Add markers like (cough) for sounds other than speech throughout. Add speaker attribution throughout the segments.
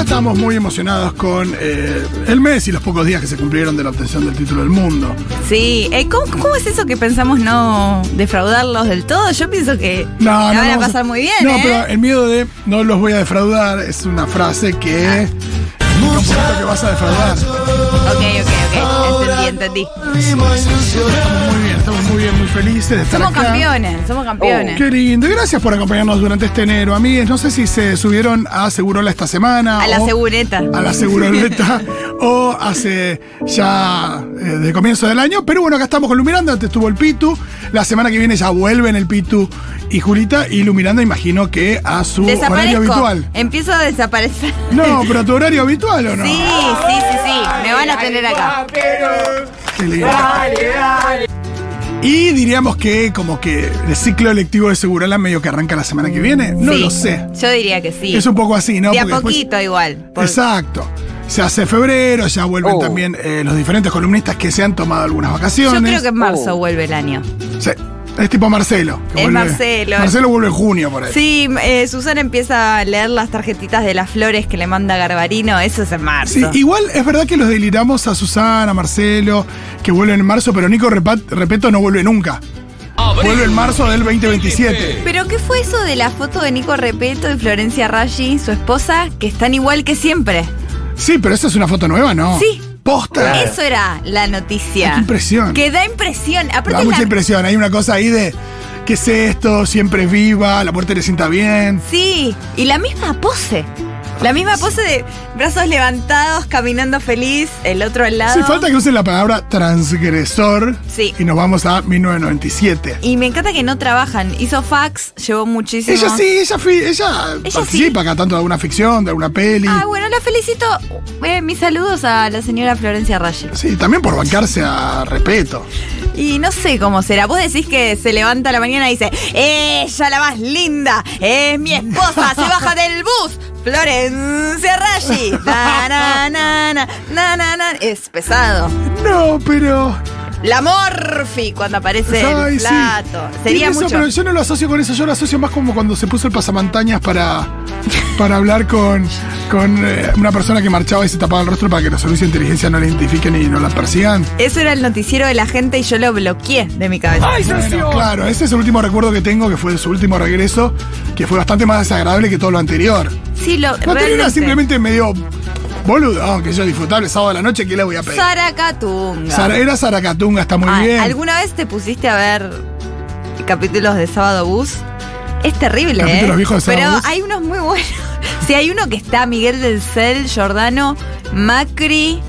Speaker 1: estamos muy emocionados con eh, el mes y los pocos días que se cumplieron de la obtención del título del mundo.
Speaker 2: Sí, eh, ¿cómo, cómo es eso que pensamos no defraudarlos del todo? Yo pienso que
Speaker 1: No,
Speaker 2: la
Speaker 1: no,
Speaker 2: van a
Speaker 1: vamos a-
Speaker 2: pasar muy bien.
Speaker 1: No,
Speaker 2: ¿eh?
Speaker 1: pero el miedo de no los voy a defraudar es una frase
Speaker 2: Ah.
Speaker 1: que. No que vas a defraudar.
Speaker 2: Ok, ok, ok. Entendí, entendí.
Speaker 1: Estamos muy bien, estamos muy bien, muy felices de estar
Speaker 2: Somos
Speaker 1: acá.
Speaker 2: campeones, somos campeones.
Speaker 1: Oh, Qué lindo, gracias por acompañarnos durante este enero, amigues. No sé si se subieron a Segurola esta semana.
Speaker 2: a la
Speaker 1: o-
Speaker 2: segureta.
Speaker 1: a la
Speaker 2: (laughs)
Speaker 1: seguroleta o hace ya eh, de comienzo del año. Pero bueno, acá estamos con Lumiranda, antes estuvo el Pitu. La semana que viene ya vuelven el Pitu y Julita. Y Lumiranda imagino que a su horario
Speaker 2: Desaparezco.
Speaker 1: habitual.
Speaker 2: Empiezo a desaparecer. (laughs)
Speaker 1: No, pero a tu horario habitual o no.
Speaker 2: Sí, sí, sí, sí. Me van a tener acá.
Speaker 1: Qué lindo. Y diríamos que como que el ciclo electivo de Segurola medio que arranca la semana que viene. No
Speaker 2: Sí,
Speaker 1: lo sé.
Speaker 2: Yo diría que sí.
Speaker 1: Es un poco así, ¿no?
Speaker 2: De a
Speaker 1: Porque después-
Speaker 2: poquito igual. por-
Speaker 1: Exacto. Se hace febrero, ya vuelven también eh, los diferentes columnistas que se han tomado algunas vacaciones.
Speaker 2: Yo creo que en marzo
Speaker 1: Oh.
Speaker 2: vuelve el año.
Speaker 1: Sí, es tipo Marcelo. que
Speaker 2: Es Marcelo.
Speaker 1: Marcelo vuelve en junio por ahí.
Speaker 2: Sí, eh, Susana empieza a leer las tarjetitas de las flores que le manda Garbarino. Eso es en marzo.
Speaker 1: Sí, igual es verdad que los deliramos a Susana, a Marcelo, que vuelven en marzo, pero Nico Repat- Repeto no vuelve nunca. Vuelve en marzo del 2027.
Speaker 2: ¿Pero qué fue eso de la foto de Nico Repeto y Florencia Raggi, su esposa, que están igual que siempre?
Speaker 1: Sí, pero esa es una foto nueva, ¿no?
Speaker 2: Sí.
Speaker 1: Posta.
Speaker 2: Eso era la noticia.
Speaker 1: Qué impresión.
Speaker 2: Que da impresión. Aparte
Speaker 1: Da
Speaker 2: es
Speaker 1: mucha
Speaker 2: la-
Speaker 1: impresión. Hay una cosa ahí de ¿qué es esto? Siempre es viva, la muerte le sienta bien.
Speaker 2: Sí, y la misma pose. La misma pose de brazos levantados, caminando feliz, el otro al lado.
Speaker 1: Sí, falta que usen la palabra transgresor.
Speaker 2: Ah. Sí.
Speaker 1: Y nos vamos a 1997.
Speaker 2: Y me encanta que no trabajan. Hizo fax, llevó muchísimo.
Speaker 1: Ella sí, ella, fi- ella
Speaker 2: Ella
Speaker 1: participa acá tanto de alguna ficción, de alguna peli.
Speaker 2: Ah, bueno, la felicito. Eh, mis saludos a la señora Florencia Raggi.
Speaker 1: Sí, también por bancarse a respeto.
Speaker 2: Y no sé cómo será. Vos decís que se levanta a la mañana y dice, ella la más linda, es mi esposa, se baja del bus. Florencia Raggi. Na, na, na, na, na, na, na. Es pesado.
Speaker 1: No, pero.
Speaker 2: La Morphy cuando aparece
Speaker 1: ay,
Speaker 2: el
Speaker 1: sí.
Speaker 2: plato. Sería
Speaker 1: Tiene eso,
Speaker 2: mucho.
Speaker 1: pero yo no lo asocio con eso, yo lo asocio más como cuando se puso el pasamontañas para. Para hablar con, con eh, una persona que marchaba y se tapaba el rostro para que los servicios de inteligencia no la identifiquen y no la persigan.
Speaker 2: Eso era el noticiero de la gente y yo lo bloqueé de mi cabeza.
Speaker 1: Bueno, claro, ese es el último recuerdo que tengo, que fue de su último regreso, que fue bastante más desagradable que todo lo anterior.
Speaker 2: Sí, lo
Speaker 1: Ah, No tenía
Speaker 2: realmente.
Speaker 1: una simplemente medio boludo, aunque yo disfrutable sábado a la noche, ¿qué le voy a pedir?
Speaker 2: Sara Catunga.
Speaker 1: Sara- era Saracatunga, está muy
Speaker 2: Ah,
Speaker 1: bien.
Speaker 2: ¿Alguna vez te pusiste a ver capítulos de Sábado Bus? Es terrible,
Speaker 1: Capítulos
Speaker 2: ¿eh?
Speaker 1: viejos de Sábado
Speaker 2: Pero
Speaker 1: Bus.
Speaker 2: hay unos muy buenos. (laughs) Sí, hay uno que está Miguel del Cel, Giordano, Macri,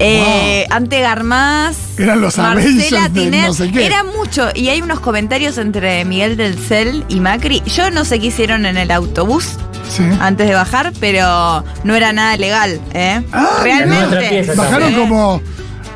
Speaker 2: eh, Ante Garmaz.
Speaker 1: Eran los
Speaker 2: Marcela
Speaker 1: Avengers de
Speaker 2: Tiner.
Speaker 1: no sé qué.
Speaker 2: Era mucho. Y hay unos comentarios entre Miguel del Cel y Macri. Yo no sé qué hicieron en el autobús
Speaker 1: Sí.
Speaker 2: antes de bajar, pero no era nada legal, ¿eh?
Speaker 1: Ah,
Speaker 3: otra
Speaker 2: Realmente.
Speaker 3: pieza ¿eh?
Speaker 1: Bajaron
Speaker 2: Sí.
Speaker 1: como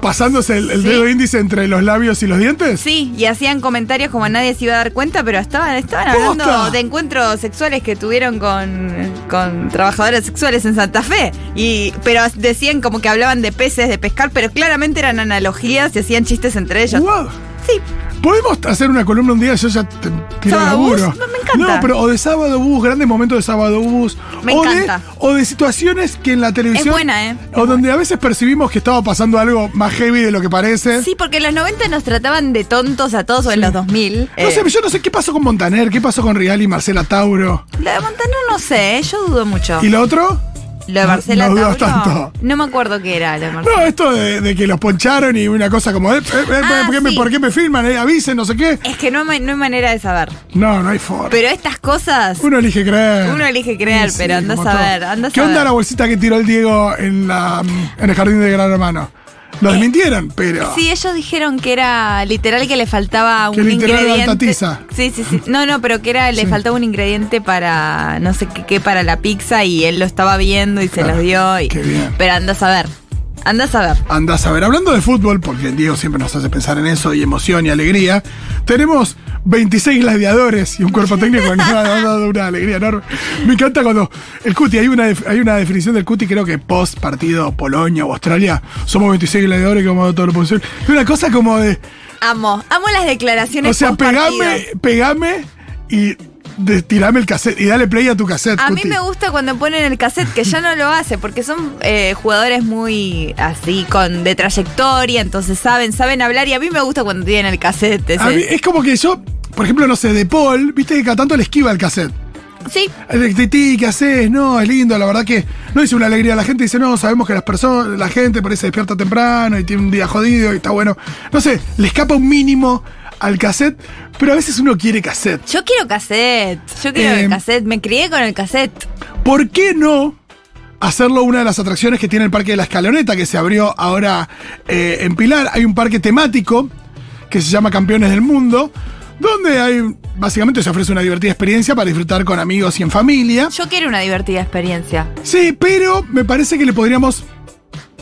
Speaker 1: pasándose el, el
Speaker 2: Sí.
Speaker 1: dedo índice entre los labios y los dientes.
Speaker 2: Sí, y hacían comentarios como nadie se iba a dar cuenta, pero estaban, estaban
Speaker 1: ¡Posta!
Speaker 2: hablando de encuentros sexuales que tuvieron con, con trabajadoras sexuales en Santa Fe. Y, pero decían como que hablaban de peces, de pescar, pero claramente eran analogías y hacían chistes entre ellos.
Speaker 1: Wow.
Speaker 2: Sí,
Speaker 1: Podemos hacer una columna un día, yo ya te tiro
Speaker 2: ¿Sábado
Speaker 1: laburo.
Speaker 2: bus? No, me encanta.
Speaker 1: No, pero o de sábado bus, grandes momentos de sábado bus.
Speaker 2: Me
Speaker 1: o
Speaker 2: encanta.
Speaker 1: De, o de situaciones que en la televisión.
Speaker 2: buena, ¿eh?
Speaker 1: O donde a veces percibimos que estaba pasando algo más heavy de lo que parece.
Speaker 2: sí, porque en los 90 nos trataban de tontos a todos o en los 2000.
Speaker 1: No
Speaker 2: eh,
Speaker 1: sé, yo no sé qué pasó con Montaner, qué pasó con Rial y Marcela Tauro.
Speaker 2: Lo de Montano no sé, eh, yo dudo mucho.
Speaker 1: ¿Y lo otro?
Speaker 2: Lo de
Speaker 1: No-
Speaker 2: Marcela
Speaker 1: no dudo
Speaker 2: Tauro,
Speaker 1: tanto.
Speaker 2: no me acuerdo qué era lo de Marcela.
Speaker 1: No, esto de, de que los poncharon y una cosa como, eh, eh, eh,
Speaker 2: Ah,
Speaker 1: ¿por, qué me,
Speaker 2: sí.
Speaker 1: por qué me filman? Eh, avisen, no sé qué.
Speaker 2: Es que no, hay ma- no hay manera de saber.
Speaker 1: No, no hay forma.
Speaker 2: Pero estas cosas...
Speaker 1: Uno elige creer.
Speaker 2: Uno elige creer,
Speaker 1: Sí,
Speaker 2: pero andás
Speaker 1: como
Speaker 2: a
Speaker 1: todo.
Speaker 2: ver, andás
Speaker 1: ¿Qué
Speaker 2: a
Speaker 1: onda
Speaker 2: ver.
Speaker 1: la bolsita que tiró el Diego en, la, en el jardín de Gran Hermano? Lo desmintieron, pero.
Speaker 2: Eh. Sí, ellos dijeron que era literal que le faltaba un
Speaker 1: Que literal era
Speaker 2: ingrediente.
Speaker 1: alta tiza.
Speaker 2: Sí, sí, sí. No, no, pero que era le
Speaker 1: Sí.
Speaker 2: faltaba un ingrediente para no sé qué, qué para la pizza y él lo estaba viendo y se
Speaker 1: Claro.
Speaker 2: los dio. y-
Speaker 1: Qué bien.
Speaker 2: Pero andás a ver. Andás a ver.
Speaker 1: Andás a ver, hablando de fútbol, porque el Diego siempre nos hace pensar en eso, y emoción y alegría, tenemos 26 gladiadores y un cuerpo técnico que nos ha dado (laughs) una alegría enorme. Me encanta cuando el Cuti, hay una, def- hay una definición del Cuti, creo que post partido Polonia o Australia, somos 26 gladiadores que vamos a dar todo lo posible. Y una cosa como de,
Speaker 2: Amo, amo las declaraciones.
Speaker 1: o sea,
Speaker 2: post partido.
Speaker 1: pegame, pegame y de- tirame el cassette y dale play a tu cassette.
Speaker 2: A mí
Speaker 1: Cuti.
Speaker 2: me gusta cuando ponen el cassette, que ya no lo hace, porque son eh, jugadores muy así, con de trayectoria, entonces saben, saben hablar, y a mí me gusta cuando tienen el cassette. ese.
Speaker 1: A mí es como que yo, por ejemplo, no sé, de Paul, viste que cada tanto le esquiva el cassette.
Speaker 2: Sí,
Speaker 1: El Titi, ¿qué haces? No, es lindo, la verdad que no dice una alegría. La gente dice, no, sabemos que las personas, la gente por ahí se despierta temprano y tiene un día jodido y está bueno. No sé, le escapa un mínimo al cassette, pero a veces uno quiere cassette.
Speaker 2: yo quiero cassette, yo quiero
Speaker 1: Eh,
Speaker 2: el cassette, me crié con el cassette.
Speaker 1: ¿Por qué no hacerlo una de las atracciones que tiene el Parque de la Escaloneta, que se abrió ahora eh, en Pilar? Hay un parque temático que se llama Campeones del Mundo, donde hay, básicamente se ofrece una divertida experiencia para disfrutar con amigos y en familia.
Speaker 2: Yo quiero una divertida experiencia.
Speaker 1: Sí, pero me parece que le podríamos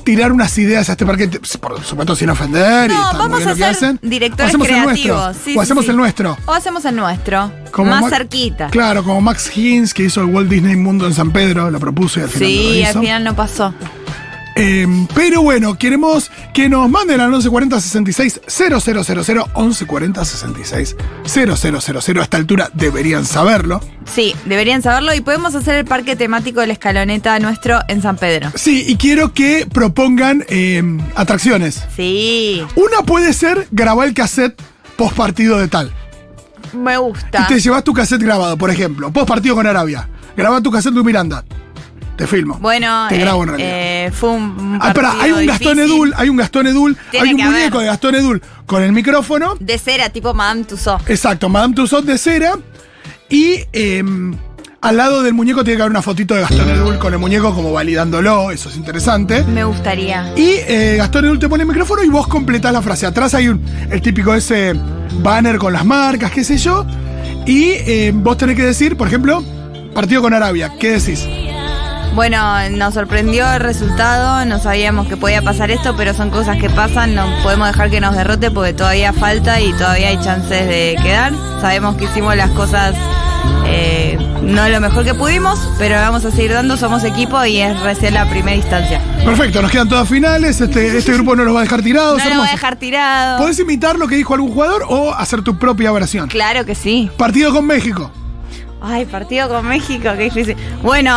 Speaker 1: tirar unas ideas a este parque, te- por supuesto sin ofender. y
Speaker 2: No,
Speaker 1: está muy
Speaker 2: vamos
Speaker 1: bien
Speaker 2: a
Speaker 1: lo que
Speaker 2: ser
Speaker 1: hacen.
Speaker 2: directores
Speaker 1: O hacemos El
Speaker 2: creativos,
Speaker 1: nuestro,
Speaker 2: sí,
Speaker 1: o
Speaker 2: sí,
Speaker 1: hacemos
Speaker 2: sí.
Speaker 1: el nuestro.
Speaker 2: O hacemos el nuestro,
Speaker 1: Como
Speaker 2: más
Speaker 1: Ma-
Speaker 2: cerquita.
Speaker 1: Claro, como Max Hines, que hizo el Walt Disney Mundo en San Pedro, lo propuso y al final no lo
Speaker 2: Sí,
Speaker 1: hizo.
Speaker 2: al final no pasó.
Speaker 1: Eh, pero bueno, queremos que nos manden al 1140 66 0000 1140 66 0000 a esta altura deberían saberlo.
Speaker 2: Sí, deberían saberlo y podemos hacer el parque temático de la escaloneta nuestro en San Pedro.
Speaker 1: Sí, y quiero que propongan eh, atracciones.
Speaker 2: Sí,
Speaker 1: Una puede ser grabar el cassette post partido de tal.
Speaker 2: me gusta.
Speaker 1: Y te llevas tu cassette grabado, por ejemplo, post partido con Arabia. Graba tu cassette de Miranda. Te filmo.
Speaker 2: Bueno,
Speaker 1: te
Speaker 2: eh,
Speaker 1: grabo en realidad.
Speaker 2: eh, fue un
Speaker 1: Ah, pará, hay
Speaker 2: partido
Speaker 1: un Gastón
Speaker 2: difícil.
Speaker 1: Edul, hay un Gastón Edul,
Speaker 2: Tiene
Speaker 1: hay un
Speaker 2: que
Speaker 1: muñeco
Speaker 2: haber.
Speaker 1: de Gastón Edul con el micrófono.
Speaker 2: De cera, tipo Madame Tussauds.
Speaker 1: Exacto, Madame Tussauds de cera. Y eh, al lado del muñeco tiene que haber una fotito de Gastón Edul con el muñeco como validándolo, eso es interesante.
Speaker 2: Me gustaría.
Speaker 1: Y eh, Gastón Edul te pone el micrófono y vos completás la frase. Atrás hay un, el típico ese banner con las marcas, qué sé yo. Y eh, vos tenés que decir, por ejemplo, partido con Arabia, ¿qué decís?
Speaker 2: Bueno, nos sorprendió el resultado, no sabíamos que podía pasar esto, pero son cosas que pasan, no podemos dejar que nos derrote porque todavía falta y todavía hay chances de quedar. Sabemos que hicimos las cosas eh, no lo mejor que pudimos, pero vamos a seguir dando, somos equipo y es recién la primera instancia.
Speaker 1: Perfecto, nos quedan todas finales. Este, este grupo no los va a dejar
Speaker 2: No
Speaker 1: tirados.
Speaker 2: lo voy
Speaker 1: hermoso.
Speaker 2: a dejar tirado.
Speaker 1: Podés imitar lo que dijo algún jugador o hacer tu propia oración.
Speaker 2: Claro que sí.
Speaker 1: Partido con México.
Speaker 2: Ay, partido con México, qué difícil. Bueno,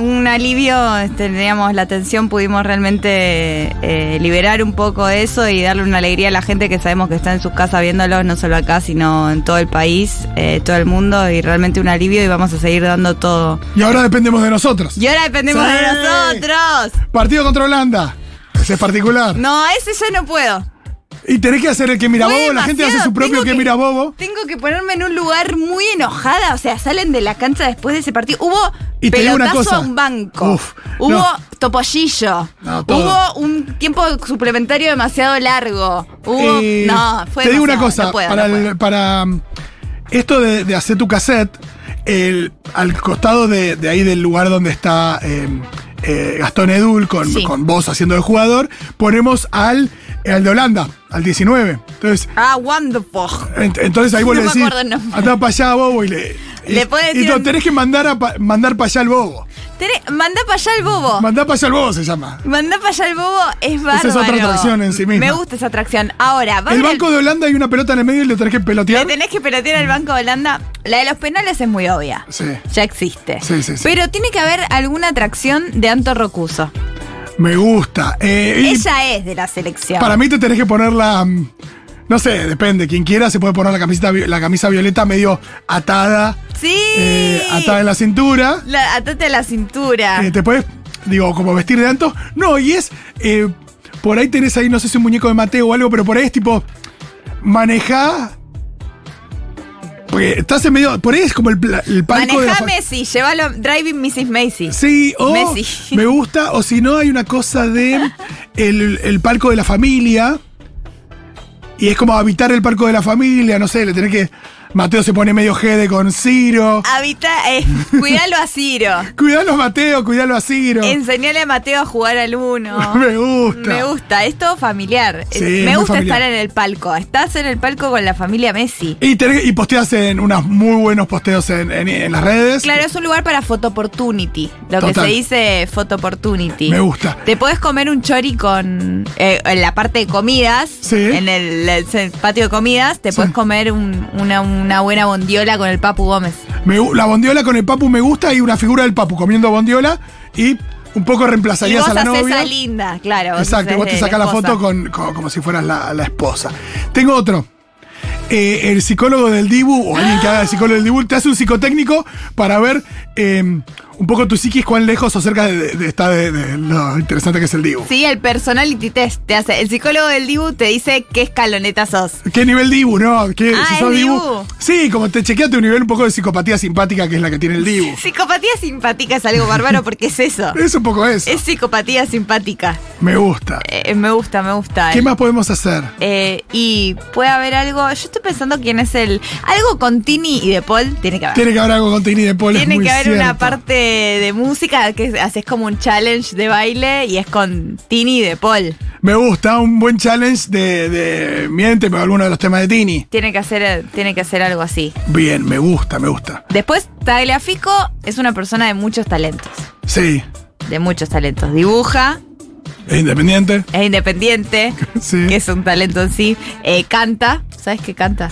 Speaker 2: un alivio, este, teníamos la tensión, pudimos realmente eh, liberar un poco de eso y darle una alegría a la gente que sabemos que está en sus casas viéndolos, no solo acá, sino en todo el país, eh, todo el mundo, y realmente un alivio y vamos a seguir dando todo.
Speaker 1: Y ahora dependemos de nosotros.
Speaker 2: Y ahora dependemos de
Speaker 1: Sí.
Speaker 2: nosotros.
Speaker 1: Partido contra Holanda. Ese es particular.
Speaker 2: No, ese ya no puedo.
Speaker 1: Y tenés que hacer el que mira
Speaker 2: Fue
Speaker 1: bobo. La gente hace
Speaker 2: demasiado.
Speaker 1: su propio
Speaker 2: Tengo
Speaker 1: que, mira bobo.
Speaker 2: Tengo que ponerme en un lugar muy enojada. O sea, salen de la cancha después de ese partido. Hubo
Speaker 1: Y te digo
Speaker 2: pelotazo
Speaker 1: una cosa.
Speaker 2: a un banco.
Speaker 1: Uf,
Speaker 2: Hubo
Speaker 1: no.
Speaker 2: topollillo.
Speaker 1: No, todo.
Speaker 2: Hubo un tiempo suplementario demasiado largo. Hubo.
Speaker 1: Eh,
Speaker 2: no, fue
Speaker 1: Te digo
Speaker 2: demasiado.
Speaker 1: una cosa.
Speaker 2: No puedo,
Speaker 1: para,
Speaker 2: no
Speaker 1: el-
Speaker 2: puedo.
Speaker 1: para, mm, esto de, de hacer tu cassette, el- al costado de, de ahí del lugar donde está eh, eh, Gastón Edul con,
Speaker 2: Sí.
Speaker 1: con vos haciendo de jugador, ponemos al, al de Holanda, al 19. Entonces,
Speaker 2: Ah, wonderful.
Speaker 1: Ent- Entonces ahí vos
Speaker 2: No
Speaker 1: le
Speaker 2: me
Speaker 1: decís,
Speaker 2: acuerdo el nombre.
Speaker 1: andá para allá, bobo, y le... y-
Speaker 2: Le podés
Speaker 1: y
Speaker 2: decir
Speaker 1: lo
Speaker 2: un-
Speaker 1: tenés que mandar, a pa- mandar para allá al bobo.
Speaker 2: Tené- Mandá para allá el bobo.
Speaker 1: Mandá para allá al bobo se llama.
Speaker 2: Mandá para allá el bobo es
Speaker 1: Esa
Speaker 2: bárbaro.
Speaker 1: es otra atracción en sí misma.
Speaker 2: Me gusta esa atracción. Ahora, va a
Speaker 1: el
Speaker 2: haber
Speaker 1: banco de Holanda hay una pelota en el medio y le tenés que
Speaker 2: Te
Speaker 1: pelotear.
Speaker 2: tenés que pelotear al Banco de Holanda. La de los penales es muy obvia.
Speaker 1: Sí.
Speaker 2: Ya existe.
Speaker 1: Sí, sí, sí.
Speaker 2: Pero tiene que haber alguna atracción de Anto Rocuso.
Speaker 1: Me gusta. Eh, y
Speaker 2: Ella es de la selección.
Speaker 1: para mí te tenés que poner la... mm, No sé, depende. Quien quiera se puede poner la, camiseta, vi- la camisa violeta medio atada.
Speaker 2: sí. Ah.
Speaker 1: eh, atada en la cintura.
Speaker 2: La- atate a la cintura.
Speaker 1: Eh, te puedes, digo, como vestir de anto. No, y es. eh, por ahí tenés ahí, no sé si un muñeco de Mateo o algo, pero por ahí es tipo. Manejá. Porque estás en medio. Por ahí es como el, pla- el palco de. la
Speaker 2: Manejá
Speaker 1: fa-
Speaker 2: Messi, llévalo. Driving Mrs. Macy.
Speaker 1: Sí, o
Speaker 2: Messi.
Speaker 1: me gusta, o si no, hay una cosa de el, el palco de la familia. Y es como habitar el palco de la familia, no sé, le tenés que. Mateo se pone medio jede con Ciro.
Speaker 2: Habita,
Speaker 1: (laughs)
Speaker 2: eh, cuidalo a Ciro.
Speaker 1: Cuidalo a Mateo, cuidalo a Ciro.
Speaker 2: Enseñale a Mateo a jugar al uno.
Speaker 1: (laughs) Me gusta.
Speaker 2: Me gusta, es todo familiar. Eh,
Speaker 1: Sí, es muy
Speaker 2: Me gusta
Speaker 1: familiar.
Speaker 2: estar en el palco. Estás en el palco con la familia Messi.
Speaker 1: Y, tenés- y posteas en unos muy buenos posteos en, en- en las redes.
Speaker 2: Claro, es un lugar para photo opportunity. Lo que
Speaker 1: Total.
Speaker 2: se dice photo opportunity.
Speaker 1: Me gusta.
Speaker 2: Te podés comer un chori con. eh, en la parte de comidas.
Speaker 1: Sí.
Speaker 2: En el, el se- patio de comidas. Te
Speaker 1: Sí.
Speaker 2: podés comer un, una- un una buena bondiola con el Papu Gómez.
Speaker 1: Me gu- la bondiola con el papu me gusta y una figura del papu comiendo bondiola y un poco
Speaker 2: Y
Speaker 1: reemplazarías
Speaker 2: vos
Speaker 1: a la
Speaker 2: haces
Speaker 1: novia.
Speaker 2: a linda, claro. vos
Speaker 1: Exacto,
Speaker 2: haces
Speaker 1: vos te
Speaker 2: de
Speaker 1: sacás la
Speaker 2: eh, esposa.
Speaker 1: foto con, con- como si fueras la, la esposa. Tengo otro. Eh, el psicólogo del Dibu, o alguien que haga el psicólogo del Dibu, te hace un psicotécnico para ver eh, un poco tu psiquis, cuán lejos o cerca de, de- está de, de lo interesante que es el Dibu.
Speaker 2: Sí, el personality test te hace. El psicólogo del Dibu te dice qué escaloneta sos.
Speaker 1: ¿Qué nivel Dibu, no? ¿Qué,
Speaker 2: Ah, ¿es Dibu?
Speaker 1: Sí, como te chequea tu nivel un poco de psicopatía simpática que es la que tiene el Dibu.
Speaker 2: Psicopatía simpática es algo bárbaro porque
Speaker 1: (laughs)
Speaker 2: es eso.
Speaker 1: Es un poco eso.
Speaker 2: Es psicopatía simpática.
Speaker 1: Me gusta.
Speaker 2: Eh, me gusta, me gusta.
Speaker 1: ¿Qué más podemos hacer?
Speaker 2: Eh, y puede haber algo. Yo estoy pensando quién es el. Algo con Tini y De Paul tiene que haber.
Speaker 1: Tiene que haber algo con Tini de Paul. es
Speaker 2: Tiene
Speaker 1: muy
Speaker 2: que haber una
Speaker 1: cierto.
Speaker 2: parte de música que haces como un challenge de baile y es con Tini y De Paul.
Speaker 1: Me gusta un buen challenge de, de miente pero alguno de los temas de Tini.
Speaker 2: Tiene que hacer, tiene que hacer algo así.
Speaker 1: Bien, me gusta, me gusta.
Speaker 2: Después, Tagliafico es una persona de muchos talentos.
Speaker 1: Sí,
Speaker 2: De muchos talentos. Dibuja,
Speaker 1: es independiente. (laughs)
Speaker 2: es independiente,
Speaker 1: Sí.
Speaker 2: que es un talento en sí. Eh, canta, ¿sabes qué canta?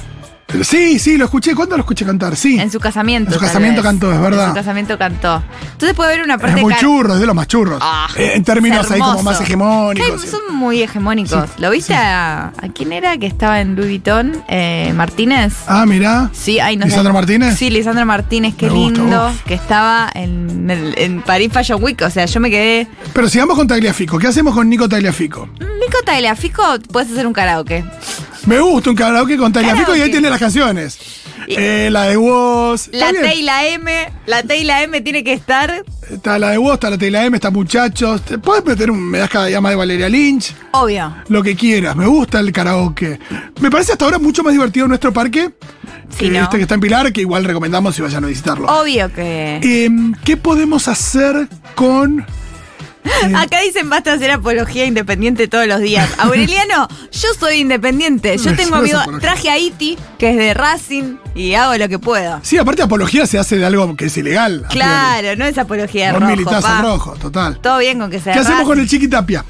Speaker 1: Sí, sí, lo escuché. ¿Cuándo lo escuché cantar? Sí.
Speaker 2: En su casamiento.
Speaker 1: En su
Speaker 2: tal
Speaker 1: casamiento
Speaker 2: vez.
Speaker 1: cantó, es verdad.
Speaker 2: En su casamiento cantó. Entonces puede haber una
Speaker 1: es
Speaker 2: parte
Speaker 1: muy
Speaker 2: ca-
Speaker 1: churro, es de los más churros.
Speaker 2: Ah,
Speaker 1: Eh, en términos
Speaker 2: es
Speaker 1: ahí como
Speaker 2: hermoso.
Speaker 1: más hegemónicos. eh.
Speaker 2: Ay, son muy hegemónicos.
Speaker 1: Sí,
Speaker 2: ¿Lo viste a, a quién era que estaba en Louis Vuitton? Eh, ¿Martínez?
Speaker 1: Ah, mirá.
Speaker 2: Sí, ay, no sé.
Speaker 1: ¿Lisandro Martínez?
Speaker 2: Sí, Lisandro Martínez, qué
Speaker 1: Me gusta,
Speaker 2: lindo.
Speaker 1: uf.
Speaker 2: que estaba en, el- en París Fashion Week. O sea, yo me quedé.
Speaker 1: Pero sigamos con Tagliafico. ¿Qué hacemos con Nico Tagliafico?
Speaker 2: Nico Tagliafico, puedes hacer un karaoke.
Speaker 1: Me gusta un karaoke con Tagliafico y ahí
Speaker 2: Karaoke.
Speaker 1: tiene las canciones.
Speaker 2: Y-
Speaker 1: Eh, la de Woz.
Speaker 2: La
Speaker 1: Está
Speaker 2: T
Speaker 1: bien.
Speaker 2: y la M, la T y la M tiene que estar,
Speaker 1: Está la de Woz, está la Tela M, está Muchachos. Te Puedes meter un. Me das cada día más de Valeria Lynch.
Speaker 2: obvio.
Speaker 1: lo que quieras. Me gusta el karaoke. Me parece hasta ahora mucho más divertido nuestro parque
Speaker 2: Si
Speaker 1: que
Speaker 2: no, Oh.
Speaker 1: este que está en Pilar, que igual recomendamos si vayan a visitarlo.
Speaker 2: obvio que.
Speaker 1: Em, ¿Qué podemos hacer con.
Speaker 2: Acá dicen basta hacer apología independiente todos los días. Aureliano, yo soy independiente. Yo
Speaker 1: No, eso no
Speaker 2: tengo
Speaker 1: es
Speaker 2: amigos.
Speaker 1: apología.
Speaker 2: Traje a Iti, que es de Racing, y hago lo que puedo.
Speaker 1: Sí, aparte apología se hace de algo que es ilegal. a priori.
Speaker 2: Claro, no es apología de
Speaker 1: Vos
Speaker 2: rojo.
Speaker 1: militás
Speaker 2: pa.
Speaker 1: en rojo, total.
Speaker 2: Todo bien con que sea
Speaker 1: ¿Qué hacemos
Speaker 2: Racing.
Speaker 1: con el Chiqui Tapia?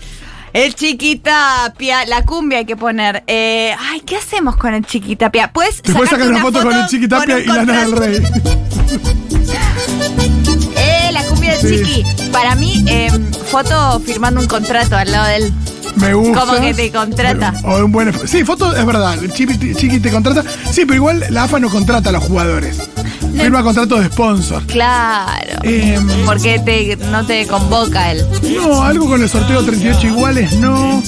Speaker 2: El chiquitapia, la cumbia hay que poner. Eh, ay, ¿qué hacemos con el chiquitapia? Pues
Speaker 1: Te puedes sacar una foto, con el Chiqui Tapia y la Nana del Rey.
Speaker 2: Eh, la cumbia del
Speaker 1: Sí.
Speaker 2: chiqui. Para mí, eh, foto firmando un contrato al lado del.
Speaker 1: Me gusta.
Speaker 2: Como que te contrata.
Speaker 1: O un buen. Sí, foto es verdad. El Chiqui, Chiqui te contrata. Sí, pero igual la AFA no contrata a los jugadores.
Speaker 2: No.
Speaker 1: Firma contratos de sponsor.
Speaker 2: Claro.
Speaker 1: Em,
Speaker 2: Porque te, no te convoca él.
Speaker 1: No, algo con el sorteo 38 iguales, no.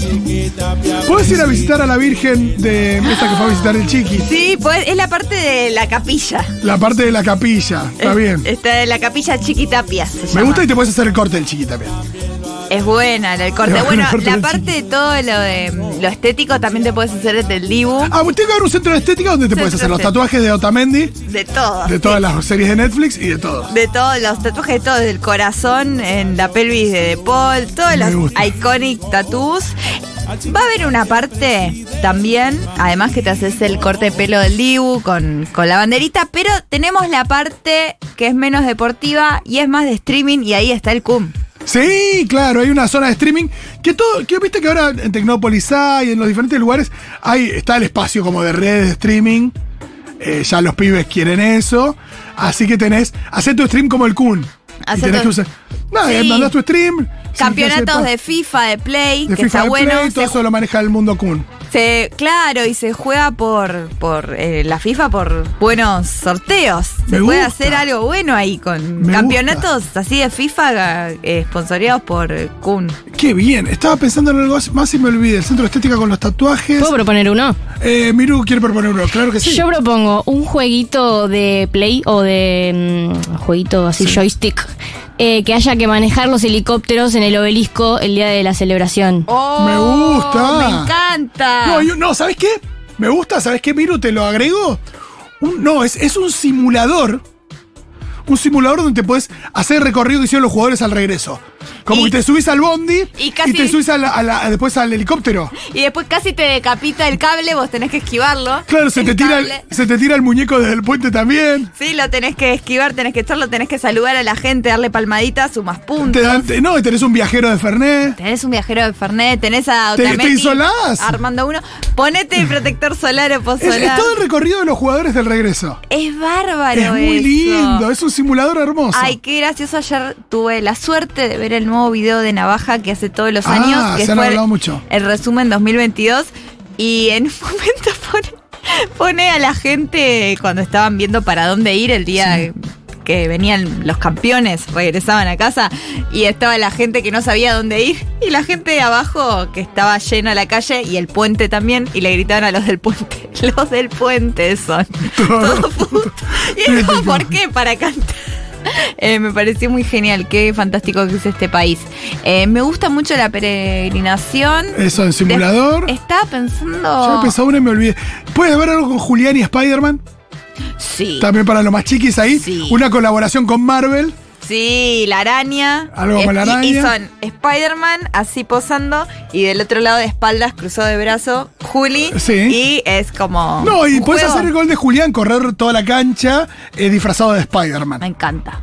Speaker 1: Puedes ir a visitar a la Virgen de esta que fue a visitar el Chiqui.
Speaker 2: Sí, pues es la parte de la capilla.
Speaker 1: La parte de la capilla, está
Speaker 2: Es-
Speaker 1: bien.
Speaker 2: Está en la capilla chiquitapia. se
Speaker 1: Me
Speaker 2: llama.
Speaker 1: gusta y te puedes hacer el corte del Chiqui también.
Speaker 2: Es buena la del corte.
Speaker 1: Es buena
Speaker 2: Bueno,
Speaker 1: el corte
Speaker 2: la
Speaker 1: del
Speaker 2: parte de todo lo de lo estético también te puedes hacer desde el Dibu.
Speaker 1: Ah, bueno, tiene que haber un centro de estética donde te puedes hacer los
Speaker 2: estético.
Speaker 1: tatuajes de Otamendi,
Speaker 2: De todo.
Speaker 1: de todas las series de Netflix y de todos.
Speaker 2: De todos los tatuajes, de todo, del corazón, en la pelvis de De Paul, todos
Speaker 1: Me
Speaker 2: los
Speaker 1: gusta.
Speaker 2: iconic tattoos. Va a haber una parte también, además que te haces el corte de pelo del Dibu con, con la banderita, pero tenemos la parte que es menos deportiva y es más de streaming y ahí está el cum.
Speaker 1: Sí, claro, hay una zona de streaming que todo, que viste que ahora en Tecnópolis hay, en los diferentes lugares, hay, está el espacio como de redes de streaming. Eh, ya los pibes quieren eso. Así que tenés, hacé tu stream como el Kun.
Speaker 2: Hacé
Speaker 1: y tenés
Speaker 2: tu-
Speaker 1: que usar. Nada,
Speaker 2: Sí.
Speaker 1: mandás tu stream.
Speaker 2: Campeonatos de FIFA, de Play,
Speaker 1: de
Speaker 2: que
Speaker 1: FIFA
Speaker 2: está
Speaker 1: de
Speaker 2: bueno.
Speaker 1: Play,
Speaker 2: se
Speaker 1: todo eso lo maneja el mundo Kun.
Speaker 2: Se, claro, y se juega por, por eh, la FIFA por buenos sorteos. Se
Speaker 1: Me
Speaker 2: puede
Speaker 1: gusta.
Speaker 2: hacer algo bueno ahí con
Speaker 1: Me
Speaker 2: campeonatos así de FIFA eh, sponsoriados por eh, Kun.
Speaker 1: Qué bien, estaba pensando en algo más y me olvidé. El centro de estética con los tatuajes.
Speaker 3: ¿Puedo proponer uno?
Speaker 1: Eh, Miru quiere proponer uno, claro que sí.
Speaker 3: Yo propongo un jueguito de play o de mm, jueguito así, joystick, eh, que haya que manejar los helicópteros en el obelisco el día de la celebración.
Speaker 1: Me gusta.
Speaker 2: Oh, Me encanta.
Speaker 1: No, yo- no, ¿sabes qué? Me gusta, ¿sabes qué, Miru? Te lo agrego. Un- no, es, es un simulador. Un simulador donde te puedes hacer el recorrido que hicieron los jugadores al regreso. Como
Speaker 2: Y-
Speaker 1: que te subís al bondi
Speaker 2: y casi-
Speaker 1: te subís a la- a la- después al helicóptero.
Speaker 2: Y después casi te decapita el cable, vos tenés que esquivarlo.
Speaker 1: Claro, se
Speaker 2: El
Speaker 1: te, tira el,
Speaker 2: cable.
Speaker 1: se te tira el muñeco desde el puente también.
Speaker 2: Sí, lo tenés que esquivar, tenés que echarlo, tenés que saludar a la gente, darle palmaditas, sumas
Speaker 1: Te
Speaker 2: puntos.
Speaker 1: dan, te- no, y tenés un viajero de Fernet.
Speaker 2: Tenés un viajero de Fernet, tenés a
Speaker 1: Te- te
Speaker 2: Otamendi
Speaker 1: insolás.
Speaker 2: Armando uno. Ponete el protector solar o
Speaker 1: Es,
Speaker 2: posolar.
Speaker 1: es todo el recorrido de los jugadores del regreso.
Speaker 2: Es bárbaro
Speaker 1: es muy
Speaker 2: eso.
Speaker 1: lindo, es un simulador hermoso.
Speaker 2: Ay, qué gracioso. Ayer tuve la suerte de ver el nuevo video de Navaja que hace todos los
Speaker 1: Ah,
Speaker 2: años. Que
Speaker 1: se han
Speaker 2: fue
Speaker 1: hablado mucho.
Speaker 2: El resumen 2022. Y en un (laughs) momento pone, pone a la gente cuando estaban viendo para dónde ir el día que venían los campeones, regresaban a casa y estaba la gente que no sabía dónde ir y la gente de abajo que estaba llena la calle y el puente también y le gritaban a los del puente, (laughs) los del
Speaker 1: (laughs)
Speaker 2: puente son todo puto. Y es como, ¿por qué? Para cantar. Eh, me pareció muy genial, qué fantástico que es este país. Eh, me gusta mucho la peregrinación.
Speaker 1: Eso, en simulador.
Speaker 2: De- Estaba pensando.
Speaker 1: Ya empezó una y me olvidé. ¿Puedes ver algo con Julián y Spider-Man?
Speaker 2: Sí.
Speaker 1: También para los más chiquis ahí.
Speaker 2: Sí.
Speaker 1: Una colaboración con Marvel.
Speaker 2: Sí, la araña.
Speaker 1: Algo con
Speaker 2: Es-
Speaker 1: la araña.
Speaker 2: Y, y son Spider-Man así posando y del otro lado de espaldas cruzado de brazo Juli.
Speaker 1: Sí.
Speaker 2: Y es como.
Speaker 1: No, y
Speaker 2: un
Speaker 1: puedes
Speaker 2: juego.
Speaker 1: hacer el gol de Julián, correr toda la cancha eh, disfrazado de
Speaker 2: Me
Speaker 1: Spider-Man.
Speaker 2: encanta.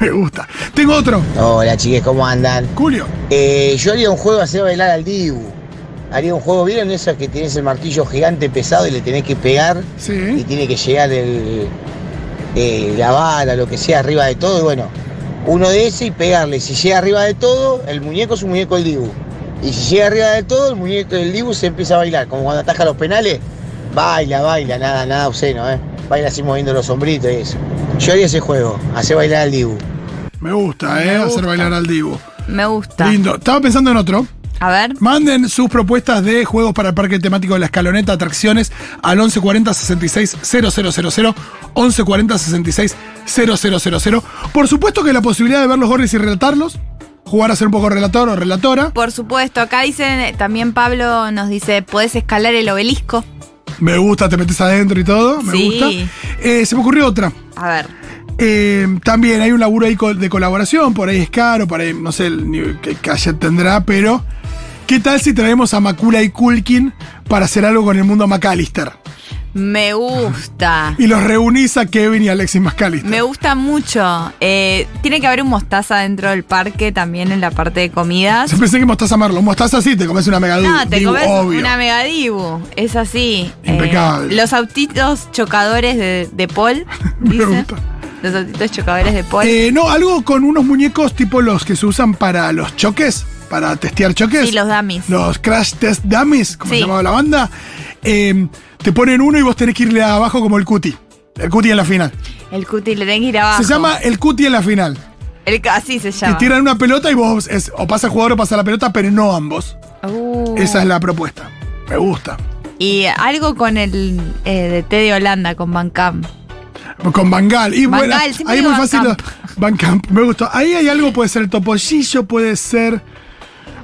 Speaker 1: Me gusta. Tengo otro.
Speaker 4: Hola chiques, ¿cómo andan?
Speaker 1: Julio.
Speaker 4: Eh, yo haría un juego hacer bailar al Dibu. Haría un juego, ¿vieron eso que tenés el martillo gigante pesado y le tenés que pegar? Y
Speaker 1: Sí.
Speaker 4: tiene que llegar el, eh, la vara, lo que sea, arriba de todo. Y bueno, uno de ese y pegarle. Si llega arriba de todo, el muñeco es un muñeco del Dibu. Y si llega arriba de todo, el muñeco del Dibu se empieza a bailar. Como cuando ataja los penales, baila, baila, nada, nada obsceno, ¿eh? Baila así moviendo los sombritos y eso. Yo haría ese juego, hacer bailar al Dibu.
Speaker 1: Me gusta, ¿eh?
Speaker 2: Me gusta.
Speaker 1: Hacer bailar al Dibu.
Speaker 2: Me gusta.
Speaker 1: Lindo. Estaba pensando en otro.
Speaker 2: A ver.
Speaker 1: Manden sus propuestas de juegos para el parque temático de la escaloneta atracciones al 1140 66 000 1140 66 000. Por supuesto que la posibilidad de ver los goles y relatarlos, jugar a ser un poco relator o relatora,
Speaker 2: Por supuesto, acá dicen, eh, también Pablo nos dice, podés escalar el obelisco.
Speaker 1: me gusta, te metes adentro y todo, me
Speaker 2: Sí.
Speaker 1: gusta. Eh, se me ocurrió otra.
Speaker 2: A ver,
Speaker 1: Eh, también hay un laburo ahí co- de colaboración, por ahí es caro, por ahí no sé el nivel que calle tendrá, pero ¿qué tal si traemos a Macula y Kulkin para hacer algo con el mundo McAllister?
Speaker 2: me gusta.
Speaker 1: Y los reunís a Kevin y Alexis Mascalis.
Speaker 2: Me gusta mucho. Eh, tiene que haber un mostaza dentro del parque también en la parte de comidas.
Speaker 1: Yo pensé que mostaza Marlo. Mostaza sí, te comes una mega
Speaker 2: No, te
Speaker 1: digo,
Speaker 2: comes
Speaker 1: obvio.
Speaker 2: una megadibu. Es así. Eh,
Speaker 1: Impecable.
Speaker 2: los autitos chocadores de, de Paul.
Speaker 1: (laughs) Me
Speaker 2: dice.
Speaker 1: gusta.
Speaker 2: Los autitos chocadores de Paul.
Speaker 1: Eh, no, algo con unos muñecos tipo los que se usan para los choques, para testear choques.
Speaker 2: y los dummies.
Speaker 1: Los Crash Test Dummies, como
Speaker 2: Sí.
Speaker 1: se llamaba la banda. Eh, te ponen uno y vos tenés que irle abajo como el cuti. El cuti en la final.
Speaker 2: El cuti le tenés que ir abajo.
Speaker 1: Se llama el cuti en la final.
Speaker 2: El ca- así se
Speaker 1: Te
Speaker 2: llama.
Speaker 1: tiran una pelota y vos, es- o pasa el jugador o pasa la pelota, pero no ambos.
Speaker 2: Uh.
Speaker 1: Esa es la propuesta. Me gusta.
Speaker 2: Y algo con el eh, de T de Holanda, con Bancam.
Speaker 1: Con Bangal. Y
Speaker 2: Van
Speaker 1: bueno,
Speaker 2: Gaal, siempre
Speaker 1: ahí es
Speaker 2: digo
Speaker 1: muy
Speaker 2: Van
Speaker 1: fácil.
Speaker 2: Camp.
Speaker 1: (laughs) Van Camp, me gustó. Ahí hay algo, puede ser el topollillo, puede ser.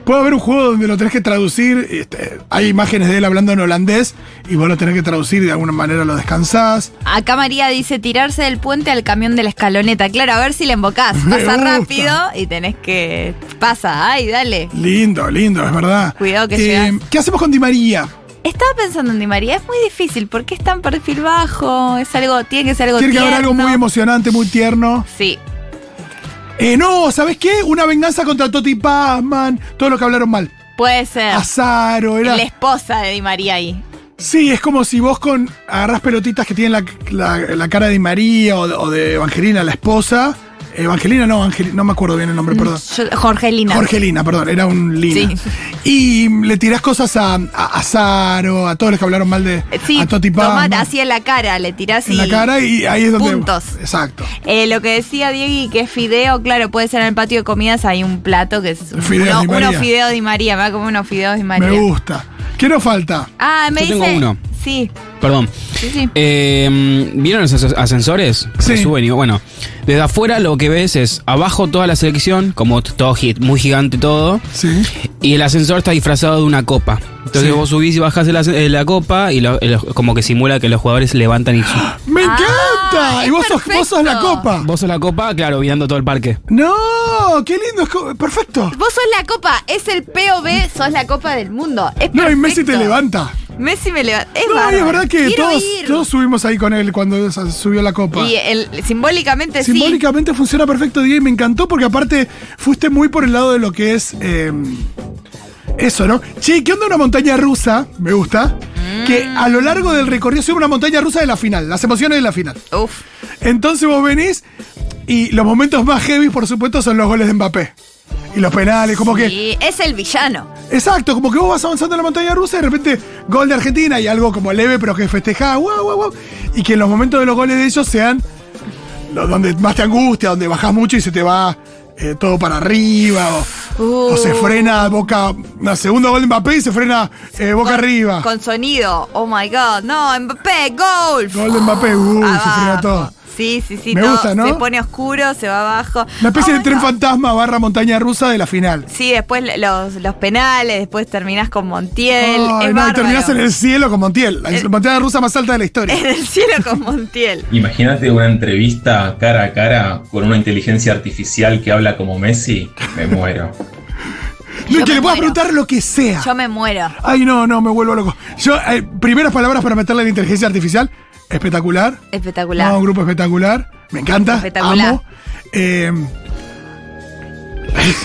Speaker 1: Puede haber un juego donde lo tenés que traducir. este, hay imágenes de él hablando en holandés y vos lo tenés que traducir y de alguna manera lo descansás.
Speaker 2: Acá María dice tirarse del puente al camión de la escaloneta. Claro, a ver si le embocás.
Speaker 1: Me
Speaker 2: Pasa
Speaker 1: gusta.
Speaker 2: rápido y tenés que. Pasa, ay, dale.
Speaker 1: Lindo, lindo, es verdad. Eh,
Speaker 2: Cuidado que llegás.
Speaker 1: ¿Qué hacemos con Di María?
Speaker 2: Estaba pensando en Di María, es muy difícil porque es tan perfil bajo, es algo, tiene que ser algo
Speaker 1: Tiene que haber algo
Speaker 2: tierno.
Speaker 1: muy em- emocionante, muy tierno.
Speaker 2: Sí,
Speaker 1: Eh, no, ¿sabes qué? Una venganza contra Toti Pazman, todos los que hablaron mal.
Speaker 2: puede ser.
Speaker 1: Azaro, era.
Speaker 2: La esposa de Di María ahí.
Speaker 1: Sí, es como si vos con agarrás pelotitas que tienen la, la- la cara de Di María o, de- o de Evangelina, la esposa. Evangelina no, Angeli- no me acuerdo bien el nombre, perdón.
Speaker 2: Yo- Jorgelina.
Speaker 1: Jorgelina, perdón, era un Lina.
Speaker 2: Mm, Sí.
Speaker 1: Y le tirás cosas a, a, a Saro, a todos los que hablaron mal de
Speaker 2: Eh, Sí,
Speaker 1: a Toti
Speaker 2: tomate
Speaker 1: Pazman,
Speaker 2: así en la cara, le tirás
Speaker 1: en
Speaker 2: y-
Speaker 1: la cara y ahí es donde.
Speaker 2: puntos.
Speaker 1: Exacto.
Speaker 2: Eh, lo que decía Diego que es fideo, claro, puede ser en el patio de comidas, hay un plato que es
Speaker 1: Fideos
Speaker 2: uno,
Speaker 1: Di María.
Speaker 2: unos fideos Di María, me va a comer unos fideos Di María.
Speaker 1: Me gusta. ¿Qué nos falta?
Speaker 2: Ah, me
Speaker 5: Yo
Speaker 2: dice.
Speaker 5: tengo uno.
Speaker 2: Sí,
Speaker 5: Perdón.
Speaker 2: sí, sí.
Speaker 5: Eh, ¿Vieron los as- ascensores?
Speaker 1: Sí.
Speaker 5: Se Suben y bueno, desde afuera lo que ves es abajo toda la selección, como t- todo gi- muy gigante todo,
Speaker 1: Sí.
Speaker 5: y el ascensor está disfrazado de una copa. Entonces
Speaker 1: Sí.
Speaker 5: vos subís y bajás el as- eh, la copa y lo- el- como que simula que los jugadores levantan y suben.
Speaker 1: ¡Me gusta!
Speaker 2: Ah, es
Speaker 1: y vos sos, vos sos la
Speaker 2: perfecto.
Speaker 1: copa.
Speaker 5: (gasps) Vos sos la copa, claro, mirando todo el parque.
Speaker 1: ¡No! ¡Qué lindo! es co- ¡Perfecto!
Speaker 2: Vos sos la copa, es el POV, sos la copa del mundo. Es
Speaker 1: No, y Messi
Speaker 2: perfecto.
Speaker 1: te levanta.
Speaker 2: Messi me levanta. Es
Speaker 1: no, y
Speaker 2: bárbaro.
Speaker 1: es verdad que
Speaker 2: Quiero
Speaker 1: todos,
Speaker 2: ir.
Speaker 1: todos subimos ahí con él cuando esa- subió la copa.
Speaker 2: Y el, simbólicamente sí.
Speaker 1: Simbólicamente funciona perfecto, Diego, y me encantó porque aparte fuiste muy por el lado de lo que es eh, eso, ¿no? Che, ¿qué onda una montaña rusa? Me gusta. Que a lo largo del recorrido sube una montaña rusa de la final, las emociones de la final.
Speaker 2: Uf.
Speaker 1: Entonces vos venís y los momentos más heavy, por supuesto, son los goles de Mbappé. Y los penales, como que.
Speaker 2: Y es el villano.
Speaker 1: Exacto, como que vos vas avanzando en la montaña rusa y de repente gol de Argentina y algo como leve, pero que festejá, guau, guau, guau. Y que en los momentos de los goles de ellos sean los donde más te angustia, donde bajás mucho y se te va eh, todo para arriba. O, o
Speaker 2: Uh.
Speaker 1: se frena boca. No, segundo gol de Mbappé y se frena eh, boca
Speaker 2: Con-
Speaker 1: arriba.
Speaker 2: Con sonido. Oh my god. No, Mbappé, golf.
Speaker 1: Gol de Mbappé, uy, se
Speaker 2: Abajo.
Speaker 1: frena todo.
Speaker 2: Sí, sí, sí.
Speaker 1: Me
Speaker 2: todo
Speaker 1: gusta, ¿no?
Speaker 2: Se pone oscuro, se va abajo.
Speaker 1: Una especie
Speaker 2: Oh
Speaker 1: de
Speaker 2: my
Speaker 1: tren
Speaker 2: God.
Speaker 1: fantasma barra montaña rusa de la final.
Speaker 2: Sí, después los, los penales, después terminás con
Speaker 1: Ay,
Speaker 2: Montiel. es
Speaker 1: no, y
Speaker 2: bárbaro.
Speaker 1: terminás en el cielo con Montiel, la montaña rusa más alta de la historia.
Speaker 2: (laughs) En el cielo con Montiel.
Speaker 6: Imagínate una entrevista cara a cara con una inteligencia artificial que habla como Messi. Me muero.
Speaker 1: No,
Speaker 2: Yo
Speaker 1: que
Speaker 2: me
Speaker 1: le puedas
Speaker 2: muero.
Speaker 1: preguntar lo que sea.
Speaker 2: Yo me muero.
Speaker 1: Ay, no, no, me vuelvo loco. Yo, eh, primeras palabras para meterle a la inteligencia artificial. Espectacular.
Speaker 2: Espectacular.
Speaker 1: No, un grupo espectacular. Me encanta.
Speaker 2: Espectacular.
Speaker 1: Amo. Eh, (laughs)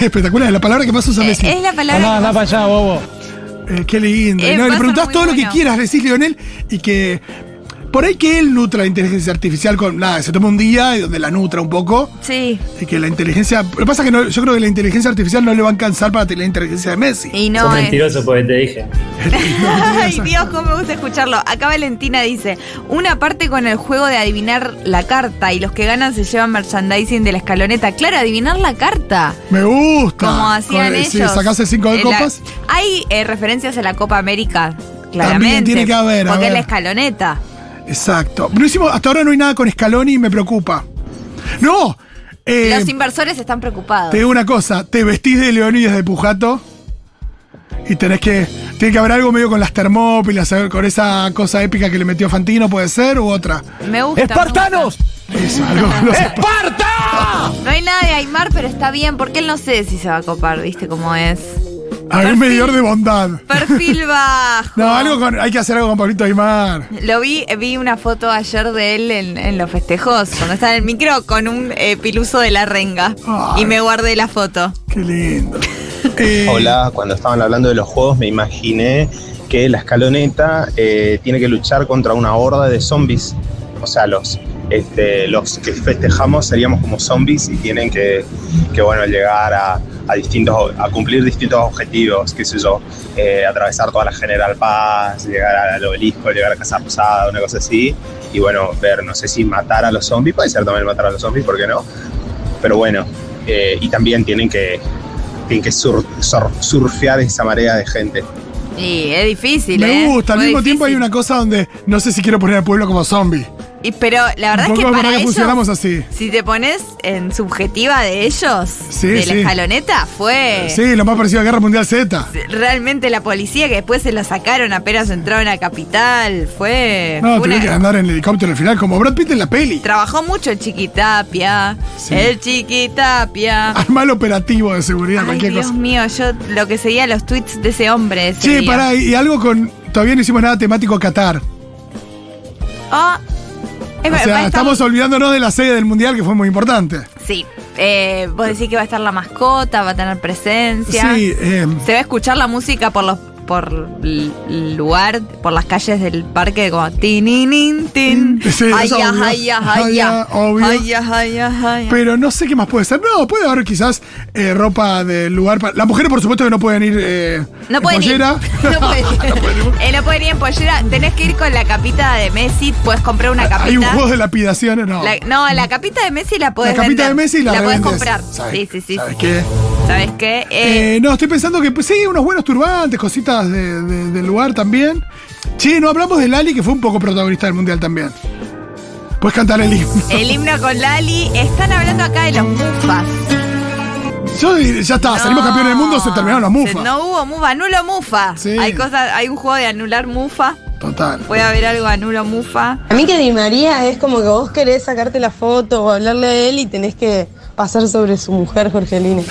Speaker 1: espectacular, es la palabra que más usa
Speaker 2: Eh,
Speaker 1: Messi.
Speaker 2: es la palabra. que-
Speaker 5: para allá, bobo. (laughs)
Speaker 1: Eh, qué lindo.
Speaker 2: Eh,
Speaker 1: No, le
Speaker 2: pasa
Speaker 1: preguntás
Speaker 2: muy
Speaker 1: todo lo que
Speaker 2: bueno.
Speaker 1: quieras, decís Leonel, y que. Por ahí que él nutra la inteligencia artificial con. Nada, se toma un día y donde la nutra un poco.
Speaker 2: Sí.
Speaker 1: Y que la inteligencia. Lo que pasa es que no- yo creo que la inteligencia artificial no le va a alcanzar para tener la inteligencia de Messi.
Speaker 2: (laughs) Y
Speaker 7: Sos
Speaker 2: no es.
Speaker 7: mentiroso porque te dije.
Speaker 2: Ay, Dios, cómo me gusta escucharlo. Acá Valentina dice, una parte con el juego de adivinar la carta y los que ganan se llevan merchandising de la escaloneta. Claro, adivinar la carta.
Speaker 1: Me gusta.
Speaker 2: Como hacían
Speaker 1: Ah, Con-
Speaker 2: ellos.
Speaker 1: Si sacás el 5 de
Speaker 2: Eh, la-
Speaker 1: copas.
Speaker 2: hay eh, referencias a la Copa América, claramente.
Speaker 1: tiene que haber, a
Speaker 2: Porque es la
Speaker 1: ver.
Speaker 2: escaloneta.
Speaker 1: Exacto. No hicimos, hasta ahora no hay nada con Scaloni y me preocupa. No. Eh,
Speaker 2: Los inversores están preocupados.
Speaker 1: te digo una cosa. Te vestís de Leonidas de Pujato. Y tenés que. Tiene que haber algo medio con las termópilas, a ver, con esa cosa épica que le metió Fantino, puede ser, u otra.
Speaker 2: Me gusta. me
Speaker 5: ¡Espartanos!
Speaker 1: Eso, algo. no
Speaker 2: (laughs)
Speaker 1: sé.
Speaker 5: ¡Esparta!
Speaker 2: gusta. No hay nada de Aymar, pero está bien, porque él no sé si se va a copar, ¿viste cómo es?
Speaker 1: Algún medidor de bondad. (laughs)
Speaker 2: Perfil bajo.
Speaker 1: No, algo con. Hay que hacer algo con Pablito Aymar.
Speaker 2: Lo vi, vi una foto ayer de él en, en los festejos, cuando estaba en el micro con un eh, piluso de la renga.
Speaker 1: Ay.
Speaker 2: Y me guardé la foto.
Speaker 1: Qué lindo. Eh,
Speaker 8: Hola, cuando estaban hablando de los juegos me imaginé que la escaloneta eh, tiene que luchar contra una horda de zombies. O sea, los, este, los que festejamos seríamos como zombies y tienen que, que, bueno, llegar a, a distintos, a cumplir distintos objetivos, qué sé yo, eh, atravesar toda la General Paz, llegar al obelisco, llegar a Casa Rosada, una cosa así. Y bueno, ver, no sé si matar a los zombies, puede ser también matar a los zombies, ¿por qué no? Pero bueno, eh, y también tienen que, tienen que sur- sur- surfear esa marea de gente.
Speaker 2: Y es difícil,
Speaker 1: me
Speaker 2: ¿eh?
Speaker 1: gusta. Al
Speaker 2: Muy
Speaker 1: mismo tiempo hay
Speaker 2: difícil.
Speaker 1: una cosa donde no sé si quiero poner al pueblo como zombie.
Speaker 2: Y- pero la verdad
Speaker 1: Un
Speaker 2: es que
Speaker 1: poco
Speaker 2: para
Speaker 1: que
Speaker 2: ellos,
Speaker 1: funcionamos así.
Speaker 2: si te pones en subjetiva de ellos,
Speaker 1: Sí,
Speaker 2: de la
Speaker 1: sí.
Speaker 2: escaloneta, fue
Speaker 1: Sí, lo más parecido a Guerra Mundial Z.
Speaker 2: realmente la policía que después se lo sacaron apenas entraron a Capital. Fue.
Speaker 1: No,
Speaker 2: fue
Speaker 1: tuvieron que
Speaker 2: una-
Speaker 1: andar en helicóptero al final, como Brad Pitt en la peli.
Speaker 2: Trabajó mucho el Chiquitapia.
Speaker 1: Sí.
Speaker 2: El Chiquitapia.
Speaker 1: Arma el operativo de seguridad,
Speaker 2: Ay,
Speaker 1: cualquier
Speaker 2: Dios
Speaker 1: cosa.
Speaker 2: mío, yo lo que seguía los tweets de ese hombre. ese
Speaker 1: Che,
Speaker 2: día.
Speaker 1: pará, y algo con. Todavía no hicimos nada temático Qatar.
Speaker 2: Ah, es
Speaker 1: o
Speaker 2: verdad,
Speaker 1: sea, estamos olvidándonos de la sede del mundial, que fue muy importante.
Speaker 2: Sí. Eh, vos decís que va a estar la mascota, va a tener presencia.
Speaker 1: Sí, eh,
Speaker 2: Se va a escuchar la música por los por el lugar, por las calles del parque como tin tin tin tin.
Speaker 1: Sí,
Speaker 2: Ay,
Speaker 1: eso
Speaker 2: ya,
Speaker 1: obvio.
Speaker 2: ay, ya,
Speaker 1: Ay,
Speaker 2: ay, ya.
Speaker 1: ya, obvio.
Speaker 2: Ay, ya, ay, ya, ay, ya.
Speaker 1: pero no sé qué más puede ser. No, puede haber quizás eh, ropa del lugar. para- Las mujeres, por supuesto, que no pueden ir. eh,
Speaker 2: No
Speaker 1: en
Speaker 2: pueden ir.
Speaker 1: pollera.
Speaker 2: (laughs) No pueden
Speaker 1: (laughs)
Speaker 2: ir. Eh, no pueden ir en pollera. Tenés que ir con la capita de Messi. Puedes comprar una capita.
Speaker 1: Hay un juego de lapidaciones, no.
Speaker 2: La- no, la capita de Messi la podés
Speaker 1: la capita de
Speaker 2: vender.
Speaker 1: Messi y la,
Speaker 2: podés
Speaker 1: revendés.
Speaker 2: comprar.
Speaker 1: ¿Sabes-
Speaker 2: Sí, sí, sí.
Speaker 1: ¿Sabes qué?
Speaker 2: ¿Sabes qué? Eh,
Speaker 1: Eh, no, estoy pensando que pues, sí, unos buenos turbantes, cositas de- de- del lugar también. Che, no hablamos de Lali, que fue un poco protagonista del mundial también. Puedes cantar el himno.
Speaker 2: el himno con Lali. Están hablando acá de los mufas.
Speaker 1: (laughs) Yo dir- ya está, Ah, salimos
Speaker 2: No.
Speaker 1: campeones del mundo, se terminaron las mufas.
Speaker 2: No hubo mufa, anulo mufa.
Speaker 1: Sí.
Speaker 2: Hay cosas, hay un juego de anular mufa.
Speaker 1: Total.
Speaker 2: Puede haber algo a Nulo Mufa.
Speaker 1: (laughs)
Speaker 7: A mí que Di María es como que vos querés sacarte la foto o hablarle a él y tenés que pasar sobre su mujer, Jorgelina.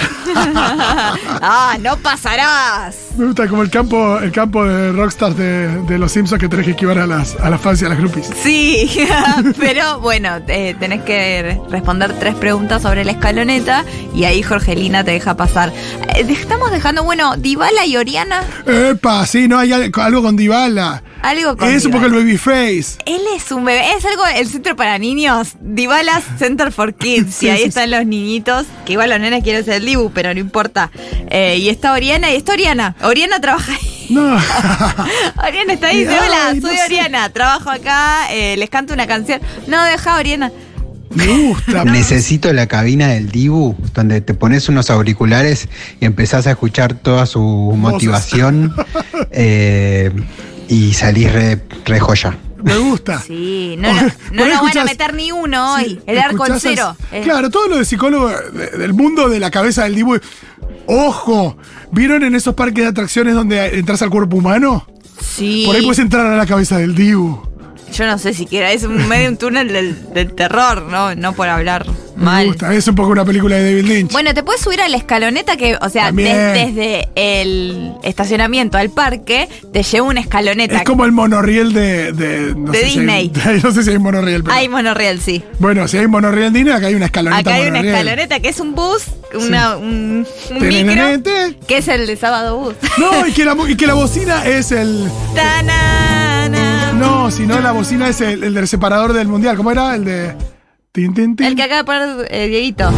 Speaker 2: ah, no pasarás.
Speaker 1: Me gusta como el campo, el campo de rockstars de, de los Simpsons que tenés que esquivar a las, a las fans y a las groupies.
Speaker 2: Sí, (laughs) pero bueno, eh, tenés que responder tres preguntas sobre la escaloneta y ahí Jorgelina te deja pasar. Eh, Estamos dejando, bueno, Dybala y Oriana,
Speaker 1: Epa, sí, no, hay al- algo con Dybala.
Speaker 2: algo con
Speaker 1: Es un poco el
Speaker 2: Dybala.
Speaker 1: babyface.
Speaker 2: Él es un bebé, es algo, el centro para niños, Dybala Center
Speaker 1: (laughs)
Speaker 2: for Kids,
Speaker 1: Sí,
Speaker 2: y ahí
Speaker 1: sí,
Speaker 2: están los niñitos, que igual los nenes quieren ser el Dibu, pero no importa. Eh, y está Oriana, y está Oriana, Oriana trabaja ahí. (laughs)
Speaker 1: No. (laughs)
Speaker 2: Oriana está ahí, dice, hola,
Speaker 1: Ay, no
Speaker 2: soy
Speaker 1: sé.
Speaker 2: Oriana, trabajo acá, eh, les canto una canción. No, deja Oriana.
Speaker 1: Me gusta.
Speaker 9: Necesito la cabina del Dibu, donde te pones unos auriculares y empezás a escuchar toda su (laughs) motivación eh, y salís re, re joya.
Speaker 1: Me gusta.
Speaker 2: Sí, no, no, no
Speaker 1: Por ahí
Speaker 2: nos van a
Speaker 1: escuchás-
Speaker 2: meter ni uno
Speaker 1: sí,
Speaker 2: hoy. el arco en
Speaker 1: escuchás
Speaker 2: cero.
Speaker 1: a-
Speaker 2: Eh,
Speaker 1: Claro, todo lo de psicólogo de- del mundo de la cabeza del Dibu. ¡Ojo! ¿Vieron en esos parques de atracciones donde entras al cuerpo humano?
Speaker 2: Sí.
Speaker 1: Por ahí puedes entrar a la cabeza del Dibu.
Speaker 2: Yo no sé siquiera, es un medio un túnel del, del terror, ¿no? No por hablar mal.
Speaker 1: Me gusta. Es un poco una película de David Lynch.
Speaker 2: Bueno, te puedes subir a la escaloneta que, o sea,
Speaker 1: También.
Speaker 2: des- desde el estacionamiento al parque, te lleva una escaloneta.
Speaker 1: es como el monorriel de. De, no
Speaker 2: De
Speaker 1: sé si hay-
Speaker 2: Disney.
Speaker 1: (laughs) no sé si hay monorriel, pero.
Speaker 2: Hay monorriel, sí.
Speaker 1: Bueno, si hay monorriel en Disney, acá hay una escaloneta.
Speaker 2: Acá hay una
Speaker 1: monorriel.
Speaker 2: escaloneta que es un bus, una, un, un micro,
Speaker 1: Tenenenete.
Speaker 2: que es el de sábado bus. (laughs)
Speaker 1: No, y que, la, bo- y que la bocina es el.
Speaker 2: Tanana.
Speaker 1: No, si no, la bocina es el, el del separador del mundial. ¿Cómo era? El de. Tin, tin, tin.
Speaker 2: El que acaba de poner eh, Dieguito.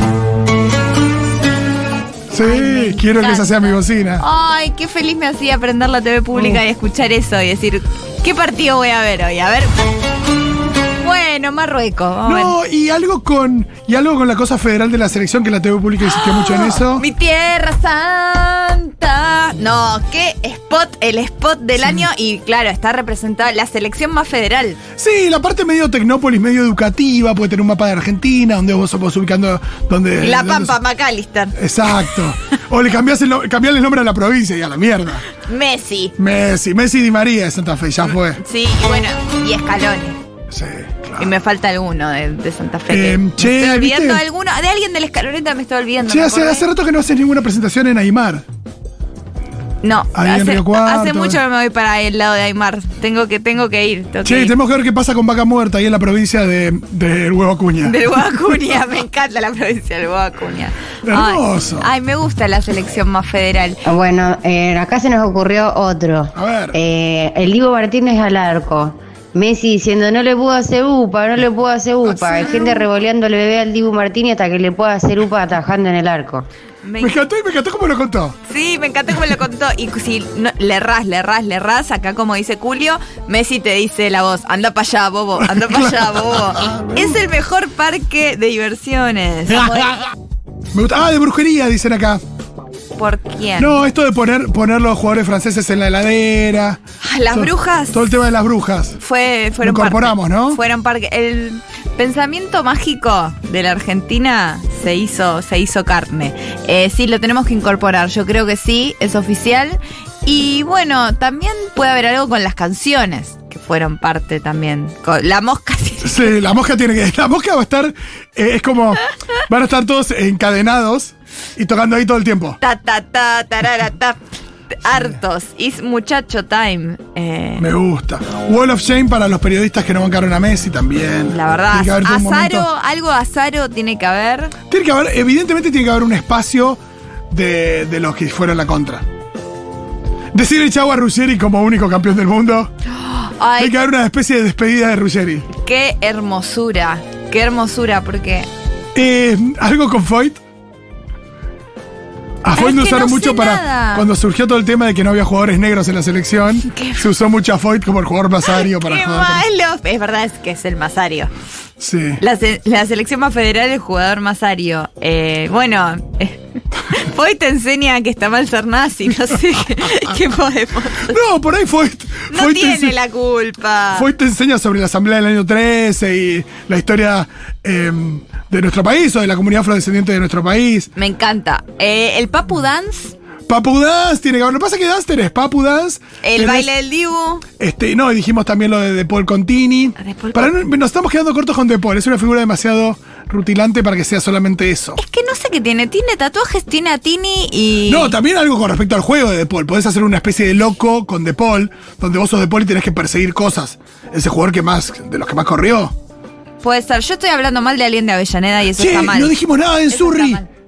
Speaker 1: Sí,
Speaker 2: me
Speaker 1: quiero que esa sea
Speaker 2: encanta.
Speaker 1: mi bocina.
Speaker 2: Ay, qué feliz me hacía aprender la TV pública y escuchar eso y decir, ¿qué partido voy a ver hoy? A ver. Bueno, Marruecos. vamos a ver.
Speaker 1: No, y algo con. Y algo con la cosa federal de la selección, que la TV pública insistió mucho en eso.
Speaker 2: Ah, Mi tierra santa. No, qué spot, el spot del año. Y claro, está representada la selección más federal.
Speaker 1: Sí, la parte medio tecnópolis, medio educativa, puede tener un mapa de Argentina, donde vos vos ubicando. Donde,
Speaker 2: la
Speaker 1: donde-
Speaker 2: Pampa McAllister.
Speaker 1: Exacto. O le cambiás el, no- cambiarle el nombre a la provincia y a la mierda.
Speaker 2: Messi.
Speaker 1: Messi, Messi Di María de Santa Fe, ya fue.
Speaker 2: Sí, y bueno, y escalones.
Speaker 1: Sí, claro.
Speaker 2: Y me falta alguno de, de Santa Fe. que
Speaker 1: Ah. Em,
Speaker 2: me
Speaker 1: che,
Speaker 2: estoy olvidando
Speaker 1: ¿viste?
Speaker 2: alguno. De alguien de la escaloneta me estoy olvidando.
Speaker 1: Che,
Speaker 2: ¿me
Speaker 1: hace,
Speaker 2: acordás?
Speaker 1: hace rato que no haces ninguna presentación en Aymar.
Speaker 2: No,
Speaker 1: Ahí en
Speaker 2: hace,
Speaker 1: Río Cuarto,
Speaker 2: hace mucho
Speaker 1: eh.
Speaker 2: que me voy para el lado de Aymar. Tengo que, tengo que ir. tengo
Speaker 1: Che,
Speaker 2: que ir.
Speaker 1: tenemos que ver qué pasa con Vaca Muerta ahí en la provincia de, de Huevo Acuña.
Speaker 2: Del Guacuña, (laughs) me encanta la provincia del Guacuña.
Speaker 1: (laughs) Hermoso.
Speaker 2: Ay, ay, me gusta la selección más federal.
Speaker 7: Bueno, acá se nos ocurrió otro.
Speaker 1: A ver.
Speaker 7: (laughs) Eh, el Divo Martínez al arco. Messi diciendo no le puedo hacer upa, no le puedo hacer upa. Hay gente revoleando al bebé al Dibu Martínez hasta que le pueda hacer upa atajando en el arco.
Speaker 2: Me-
Speaker 1: Me encantó y me encantó cómo lo contó.
Speaker 2: sí, me encanta cómo lo contó. Y si no- le errás, le errás, le errás, acá como dice Julio, Messi te dice la voz, anda para allá, bobo, anda para allá, bobo. es el mejor parque de diversiones.
Speaker 1: Me gusta. Ah, de brujería, dicen acá.
Speaker 2: ¿Por quién?
Speaker 1: No, esto de poner, poner los jugadores franceses en la heladera.
Speaker 2: Ah, Las
Speaker 1: Todo-
Speaker 2: brujas.
Speaker 1: Todo el tema de las brujas.
Speaker 2: Fue, fueron
Speaker 1: Lo incorporamos,
Speaker 2: parte.
Speaker 1: ¿no?
Speaker 2: Fueron parque. El pensamiento mágico de la Argentina se hizo, se hizo carne. Eh, sí, lo tenemos que incorporar. Yo creo que sí, es oficial. Y bueno, también puede haber algo con las canciones que fueron parte también. Con la mosca. (laughs)
Speaker 1: Sí, la mosca tiene que. (laughs) La mosca va a estar. eh, es como. Van a estar todos encadenados y tocando ahí todo el tiempo.
Speaker 2: ta ta ta tarara, ta. Hartos. Is muchacho time. Eh,
Speaker 1: Me gusta. Wall of Shame para los periodistas que no bancaron a Messi también.
Speaker 2: la verdad,
Speaker 1: Tiene que haber un
Speaker 2: Azaro,
Speaker 1: momento-
Speaker 2: algo de Azaro tiene que haber.
Speaker 1: Tiene que haber, evidentemente tiene que haber un espacio de, de los que fueron la contra. Decir el chavo a Ruggeri como único campeón del mundo.
Speaker 2: Ay,
Speaker 1: Tiene que haber una especie de despedida de Ruggeri.
Speaker 2: Qué hermosura, qué hermosura, porque
Speaker 1: Eh, Algo con Foyt. A Foyt
Speaker 2: es
Speaker 1: lo
Speaker 2: que
Speaker 1: usaron
Speaker 2: no sé
Speaker 1: mucho para.
Speaker 2: nada.
Speaker 1: Cuando surgió todo el tema de que no había jugadores negros en la selección, se usó mucho a Foyt como el jugador pasario para
Speaker 2: qué
Speaker 1: jugar. con-
Speaker 2: malo. Es verdad es que es el Masario.
Speaker 1: Sí.
Speaker 2: La, se- la selección más federal el jugador Masario. Eh, bueno, (laughs) hoy te enseña que está mal ser nazi, no sé
Speaker 1: (laughs)
Speaker 2: qué, qué podemos.
Speaker 1: No, por ahí Foyt.
Speaker 2: No
Speaker 1: Foyt
Speaker 2: tiene
Speaker 1: ense-
Speaker 2: la culpa.
Speaker 1: Foyt te enseña sobre la asamblea del año 13 y la historia eh, de nuestro país o de la comunidad afrodescendiente de nuestro país.
Speaker 2: Me encanta. Eh, el Papu Dance.
Speaker 1: Papu Dance tiene que haber. Lo que pasa es que Dance tenés Papu Dance.
Speaker 2: El
Speaker 1: tenés,
Speaker 2: baile del Dibu.
Speaker 1: Este, no, y dijimos también lo de, de Paul Contini.
Speaker 2: Ah, de Paul
Speaker 1: Para no- nos estamos quedando cortos con De Paul. Es una figura demasiado rutilante para que sea solamente eso.
Speaker 2: Es que no sé qué tiene. Tiene tatuajes, tiene a Tini y.
Speaker 1: No, también algo con respecto al juego de De Paul. Podés hacer una especie de loco con De Paul, donde vos sos De Paul y tenés que perseguir cosas. Ese jugador que más, de los que más corrió.
Speaker 2: Puede ser. Yo estoy hablando mal de Alien de Avellaneda y eso
Speaker 1: Che,
Speaker 2: está mal.
Speaker 1: no dijimos nada de
Speaker 2: Eso está
Speaker 1: Ensurri.
Speaker 2: mal. (gasps)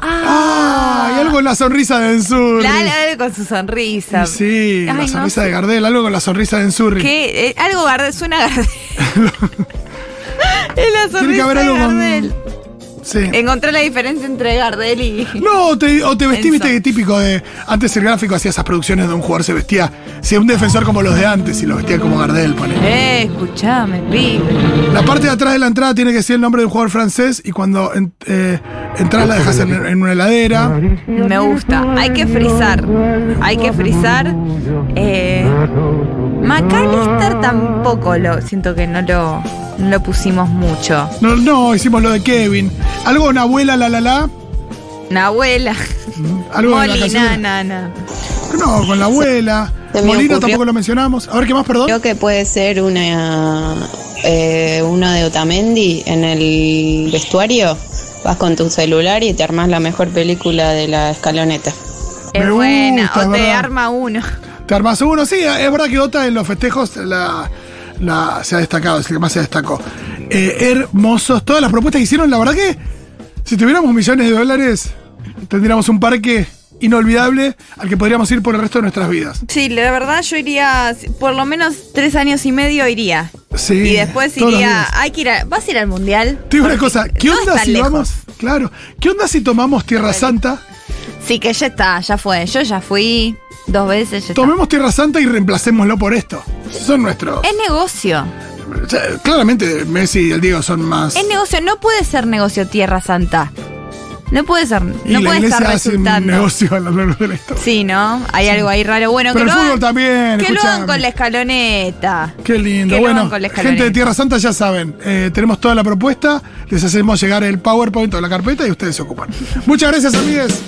Speaker 1: Ah, y algo en la sonrisa de Ensurri.
Speaker 2: La- la- con su sonrisa.
Speaker 1: Sí,
Speaker 2: Ay,
Speaker 1: la
Speaker 2: no
Speaker 1: sonrisa
Speaker 2: sé.
Speaker 1: de Gardel, algo con la sonrisa de Ensurri.
Speaker 2: Que eh, algo Gardel suena
Speaker 1: (laughs)
Speaker 2: a Gardel. es la
Speaker 1: Tiene que
Speaker 2: sonrisa
Speaker 1: haber
Speaker 2: de
Speaker 1: algo con.
Speaker 2: Gardel. Eh,
Speaker 1: Sí.
Speaker 2: Encontré la diferencia entre Gardel y.
Speaker 1: No, o te, o te vestí,
Speaker 2: Enzo.
Speaker 1: viste, que típico de. Antes el gráfico hacía esas producciones donde un jugador se vestía. Si un defensor como los de antes y lo vestía como Gardel, ponele.
Speaker 2: Eh, escuchame, pibe.
Speaker 1: La parte de atrás de la entrada tiene que ser el nombre de un jugador francés y cuando en- eh, entras la dejas en, en una heladera.
Speaker 2: Me gusta. Hay que frizar. Hay que frizar. Eh, McAllister tampoco lo. Siento que no lo, no lo pusimos mucho.
Speaker 1: No, no, hicimos lo de Kevin. Algo con abuela, la la la.
Speaker 2: Nahuela.
Speaker 1: Algo de la
Speaker 2: Molly,
Speaker 1: canción.
Speaker 2: na, na, na.
Speaker 1: No, con la abuela.
Speaker 10: Se me
Speaker 1: Molina
Speaker 10: ocurrió.
Speaker 1: tampoco lo mencionamos. A ver, ¿qué más, perdón?
Speaker 10: Creo que puede ser una, eh, una de Otamendi en el vestuario. Vas con tu celular y te armás la mejor película de la escaloneta.
Speaker 2: Es
Speaker 1: Me
Speaker 2: buena.
Speaker 1: gusta,
Speaker 2: o te
Speaker 1: ¿verdad?
Speaker 2: arma uno.
Speaker 1: Te armas uno, sí, es verdad que Ota en los festejos la, la- se ha destacado, es el que más se destacó. Eh, hermosos, todas las propuestas que hicieron, la verdad que si tuviéramos millones de dólares, tendríamos un parque inolvidable al que podríamos ir por el resto de nuestras vidas.
Speaker 2: Sí, la verdad yo iría, por lo menos tres años y medio iría.
Speaker 1: Sí,
Speaker 2: y después
Speaker 1: todos los
Speaker 2: iría,
Speaker 1: días.
Speaker 2: hay que ir a- ¿vas a ir al mundial?
Speaker 1: Te digo una cosa, ¿qué
Speaker 2: No
Speaker 1: onda
Speaker 2: es tan
Speaker 1: si
Speaker 2: lejos.
Speaker 1: vamos? Claro, ¿qué onda si tomamos Tierra Santa?
Speaker 2: Sí, que ya está, ya fue. Yo ya fui dos veces, ya está.
Speaker 1: Tomemos Tierra Santa y reemplacémoslo por esto. Son nuestros.
Speaker 2: Es negocio,
Speaker 1: o sea, Claramente Messi y el Diego son más.
Speaker 2: es negocio, no puede ser negocio Tierra Santa. No puede ser,
Speaker 1: y
Speaker 2: no
Speaker 1: la
Speaker 2: puede estar
Speaker 1: iglesia hace un
Speaker 2: resultando.
Speaker 1: negocio a lo largo de la historia.
Speaker 2: Sí, ¿no? Hay algo ahí raro. Bueno,
Speaker 1: Pero
Speaker 2: que
Speaker 1: el
Speaker 2: lo hagan-
Speaker 1: fútbol también.
Speaker 2: Que lo hagan
Speaker 1: escuchame.
Speaker 2: con la escaloneta.
Speaker 1: Qué lindo.
Speaker 2: Que lo
Speaker 1: bueno,
Speaker 2: hagan con la
Speaker 1: gente de
Speaker 2: escaloneta.
Speaker 1: Tierra Santa ya saben, eh, tenemos toda la propuesta, les hacemos llegar el PowerPoint o la carpeta y ustedes se ocupan. Muchas gracias, amigues.